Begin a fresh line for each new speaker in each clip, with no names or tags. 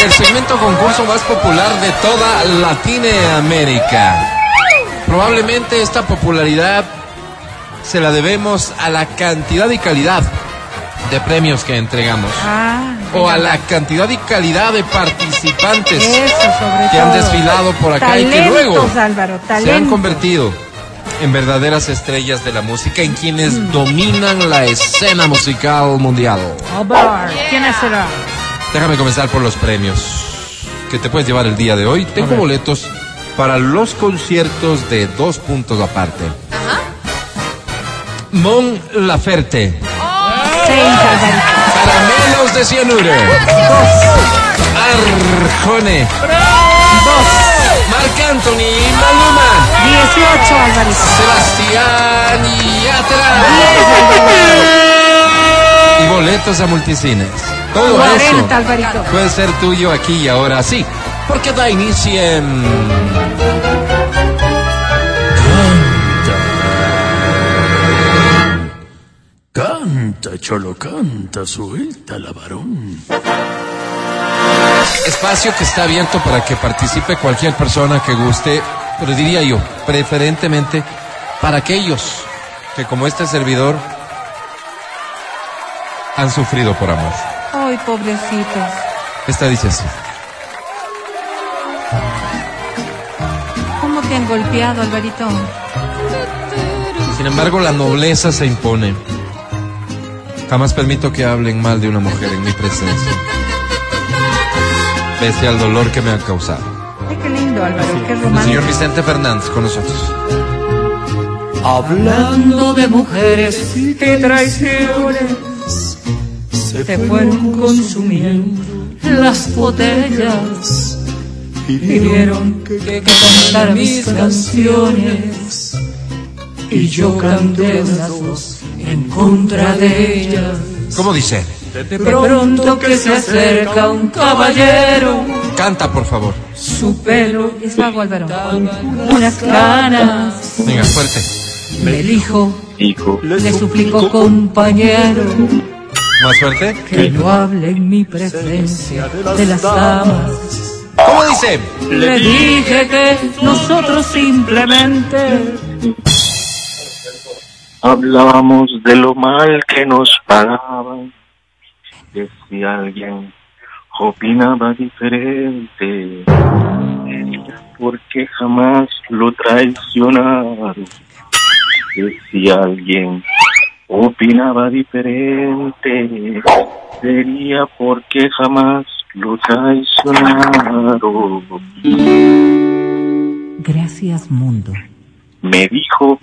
del segmento concurso más popular de toda Latinoamérica. Probablemente esta popularidad se la debemos a la cantidad y calidad de premios que entregamos.
Ah,
O a la cantidad y calidad de participantes
eso sobre
que han
todo.
desfilado por acá y que
Talentos,
luego
Álvaro,
se han
talentos.
convertido en verdaderas estrellas de la música, en quienes dominan la escena musical mundial.
Álvaro, ¿Quién será?
Déjame comenzar por los premios que te puedes llevar el día de hoy. Tengo boletos para los conciertos de dos puntos aparte. Mon Laferte,
Seis, Alvarito.
Caramelos de Cianuro, Arjone, dos, Marc Anthony y Maluma,
Dieciocho, Alvarito.
Sebastián y Yatra. Y boletos a multicines. Todo eso.
Cuarenta, Alvarito.
Puede ser tuyo aquí y ahora sí, porque da inicio en...
Canta, cholo, canta, suelta la varón.
Espacio que está abierto para que participe cualquier persona que guste, pero diría yo, preferentemente para aquellos que como este servidor han sufrido por amor.
Ay, pobrecitos.
Esta dice así.
¿Cómo te han golpeado, Alvarito?
Sin embargo, la nobleza se impone. Jamás permito que hablen mal de una mujer en mi presencia, pese al dolor que me ha causado.
Ay, qué lindo, Álvaro. Qué
El señor
romántico.
Vicente Fernández con nosotros.
Hablando de mujeres que traiciones
Se fueron
consumiendo las botellas. Pidieron que cantara mis canciones y yo canté las dos en contra de ellas.
¿Cómo dice?
De pronto que se acerca un caballero,
Canta, por favor.
su pelo
Es vago, Álvaro.
unas canas.
Venga, fuerte.
Me dijo,
Hijo,
le suplico compañero.
Más fuerte.
que no hable en mi presencia de las damas.
¿Cómo dice?
Le dije que nosotros simplemente
hablábamos de lo mal que nos pagaban, que si alguien opinaba diferente, porque jamás lo traicionaron, que si alguien opinaba diferente, sería porque jamás lo traicionaron.
Gracias, mundo.
me dijo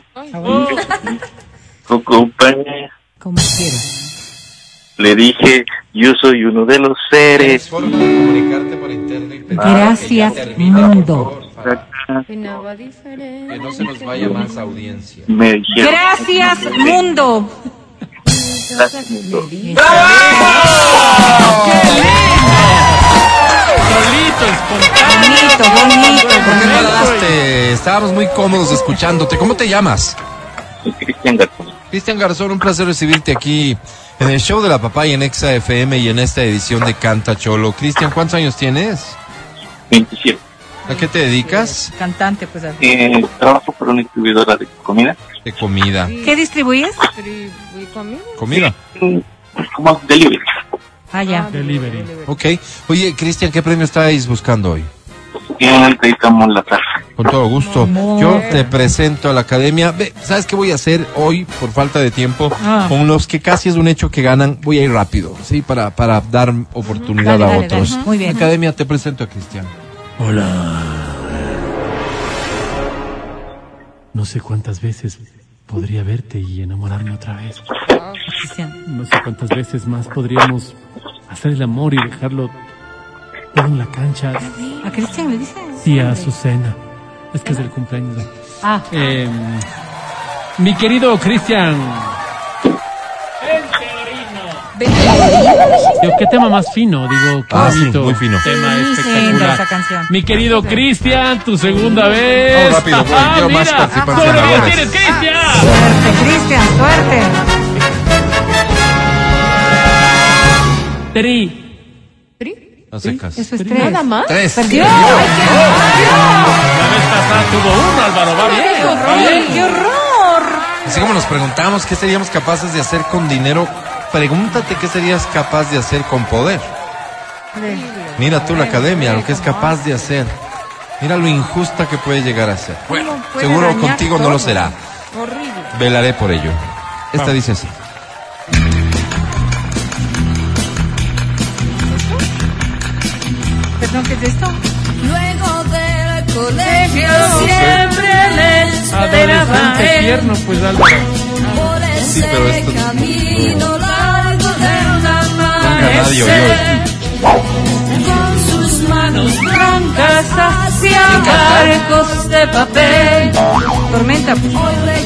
tu compañía
Como quieras.
le dije yo soy uno de los seres
forma de comunicarte por interno y pedir
Gracias,
que ya termina, por
mundo.
favor, para
Opinaba diferente.
que no se nos vaya más audiencia.
me dijeron
Gracias, mundo.
"Estás lindo".
Bonito, bonito.
¿Por qué no la daste? Estábamos muy cómodos escuchándote. ¿Cómo te llamas?
Cristian Garzón
Cristian Garzón, un placer recibirte aquí en el show de la papá y en Exa FM y en esta edición de Canta Cholo. Cristian, ¿cuántos años tienes?
27
¿A qué te dedicas?
Cantante, pues. Álvaro.
Eh, trabajo por una distribuidora de comida
De comida.
¿Qué distribuyes?
¿Y conmigo?
Comida.
Mm, como delivery
Ah, ya.
Delivery.
Ok. Oye, Cristian, ¿qué premio estáis buscando hoy?
Eh, dedicamos la tarde
Con todo gusto.
Amor.
Yo te presento a la academia. Ve, ¿Sabes qué voy a hacer hoy por falta de tiempo?
Ah.
Con los que casi es un hecho que ganan, voy a ir rápido, ¿sí? Para, para dar oportunidad
Dale,
a
dale,
otros.
dale. Muy bien.
Academia, te presento a Cristian.
Hola.
No sé cuántas veces podría verte y enamorarme otra vez.
Cristian.
No sé cuántas veces más podríamos hacer el amor y dejarlo todo en la cancha.
¿A Cristian le dices?
Sí, a Azucena. Es que es el cumpleaños.
Ah,
Eh, mi querido Cristian. Yo, qué tema más fino, digo, qué
Ah, sí,
bonito.
muy fino.
Tema
linda esa
espectacular.
canción.
Mi querido Cristian, tu segunda vez.
Vamos rápido, pues,
Ah,
quiero más
mira,
participantes
sobre
ganadores.
qué tienes, Cristian.
Suerte, Cristian, suerte.
Tri.
¿Tri?
A secas.
Eso es tres.
Nada más.
Tres.
Perdió.
La vez pasada tuvo uno, Álvaro, va bien. va bien.
¡Qué horror!
Así como nos preguntamos qué seríamos capaces de hacer con dinero, pregúntate qué serías capaz de hacer con poder. Mira tú la academia, lo que es capaz de hacer. Mira lo injusta que puede llegar a ser.
Bueno,
Seguro contigo no lo será.
Horrible.
Velaré por ello. Esta dice así.
Perdón, ¿qué es esto?
Luego del colegio siempre le esperaba
Adolescente tierno, pues Álvaro.
por ese
pero esto-
camino largo de un
radio,
amanecer. Con sus manos blancas hacia barcos de papel.
Tormenta.
Hoy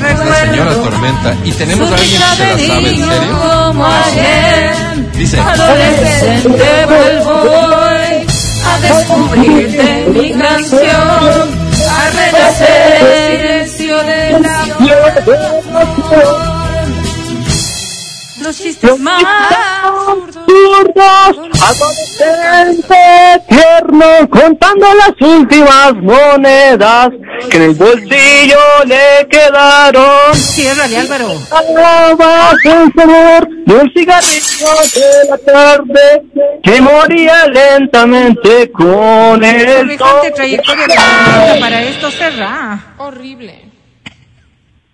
La señora
recuerdo
Tormenta. Y tenemos
su
a alguien que
risa
se la
de
sabe, ¿en
niño
serio?
como ayer.
Dice,
Adolescente vuelvo hoy a descubrirte mi canción, a renacer el silencio de la
Los chistes más.
adolescente tierno contando las últimas monedas que en el bolsillo le quedaron.
Ciérrale, Álvaro.
Alabas el sabor de un cigarrillo de la tarde que moría lentamente con el
Semejante
sol.
trayectoria romántica para esto será.
Horrible.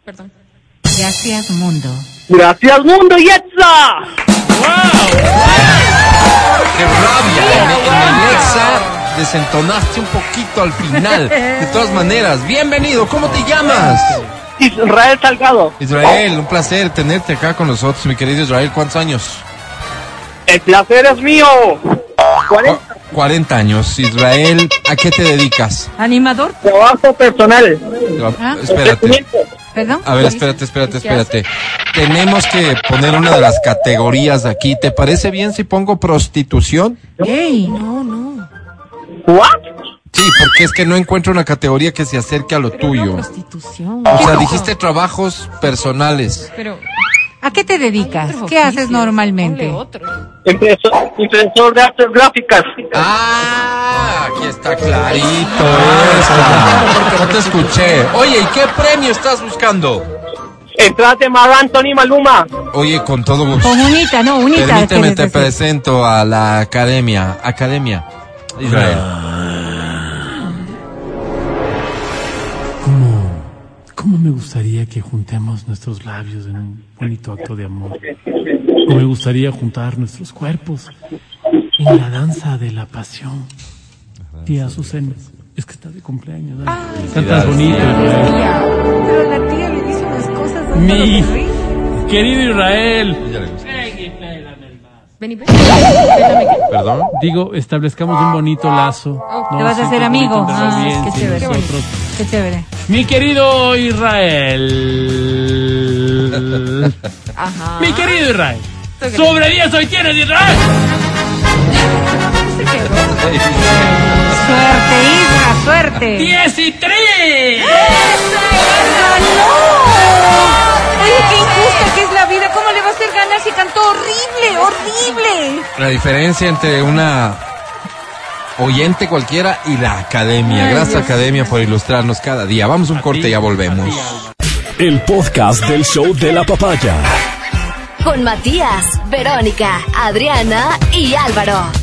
Perdón.
Gracias, mundo.
Gracias mundo, Yetza.
qué rabia. En, en el Exa desentonaste un poquito al final. De todas maneras, bienvenido. ¿Cómo te llamas?
Israel Salgado,
Israel, un placer tenerte acá con nosotros, mi querido Israel. ¿Cuántos años?
el placer es mío.
Cu-
40
40 años. Israel, ¿a qué te dedicas?
Animador.
trabajo personal.
Ah, Espérate.
Perdón.
A ver, espérate, espérate, espérate. Tenemos que poner una de las categorías aquí. ¿Te parece bien si pongo prostitución?
Ey.
¿What?
Sí, porque es que no encuentro una categoría que se acerque a lo tuyo.
Prostitución.
O sea, dijiste trabajos personales.
Pero.
¿A qué te dedicas?
otros
¿Qué haces
oficios,
normalmente?
ponle otro.
Impresor, impresor de artes gráficas.
Ah, aquí está clarito. esta. No te escuché. Oye, ¿y qué premio estás buscando?
Entrate más Anthony Maluma.
Oye, con todo gusto.
Con unita, no, unita.
Permíteme,
quieres
te
decir.
presento a la academia. Academia. Israel.
¿Cómo, ¿Cómo me gustaría que juntemos nuestros labios en un bonito acto de amor? ¿Cómo me gustaría juntar nuestros cuerpos en la danza de la pasión? Tía Azucena, es que está de cumpleaños. dale. Cantas bonito, Israel.
Pero la tía le dice unas cosas. Álvaro,
Mi
terrible.
querido Israel,
Vení, pues. ven. Espérame que-
Perdón.
digo, establezcamos un bonito lazo. ¿no?
Te vas a
Sí,
hacer
que
amigo.
entendamos
Ah,
bien,
qué
sí,
chévere.
nosotros.
Qué chévere.
Mi querido Israel.
Ajá.
Mi querido Israel. Sobre 10 hoy tienes, Israel.
Suerte, Isra, suerte.
10 y 3.
Oye, qué injusta que es la vida. ¿Cómo le va a hacer ganar si cantó horrible, horrible?
La diferencia entre una oyente cualquiera y la academia. Gracias, academia, por ilustrarnos cada día. Vamos un corte y ya volvemos.
El podcast del show de la papaya.
Con Matías, Verónica, Adriana y Álvaro.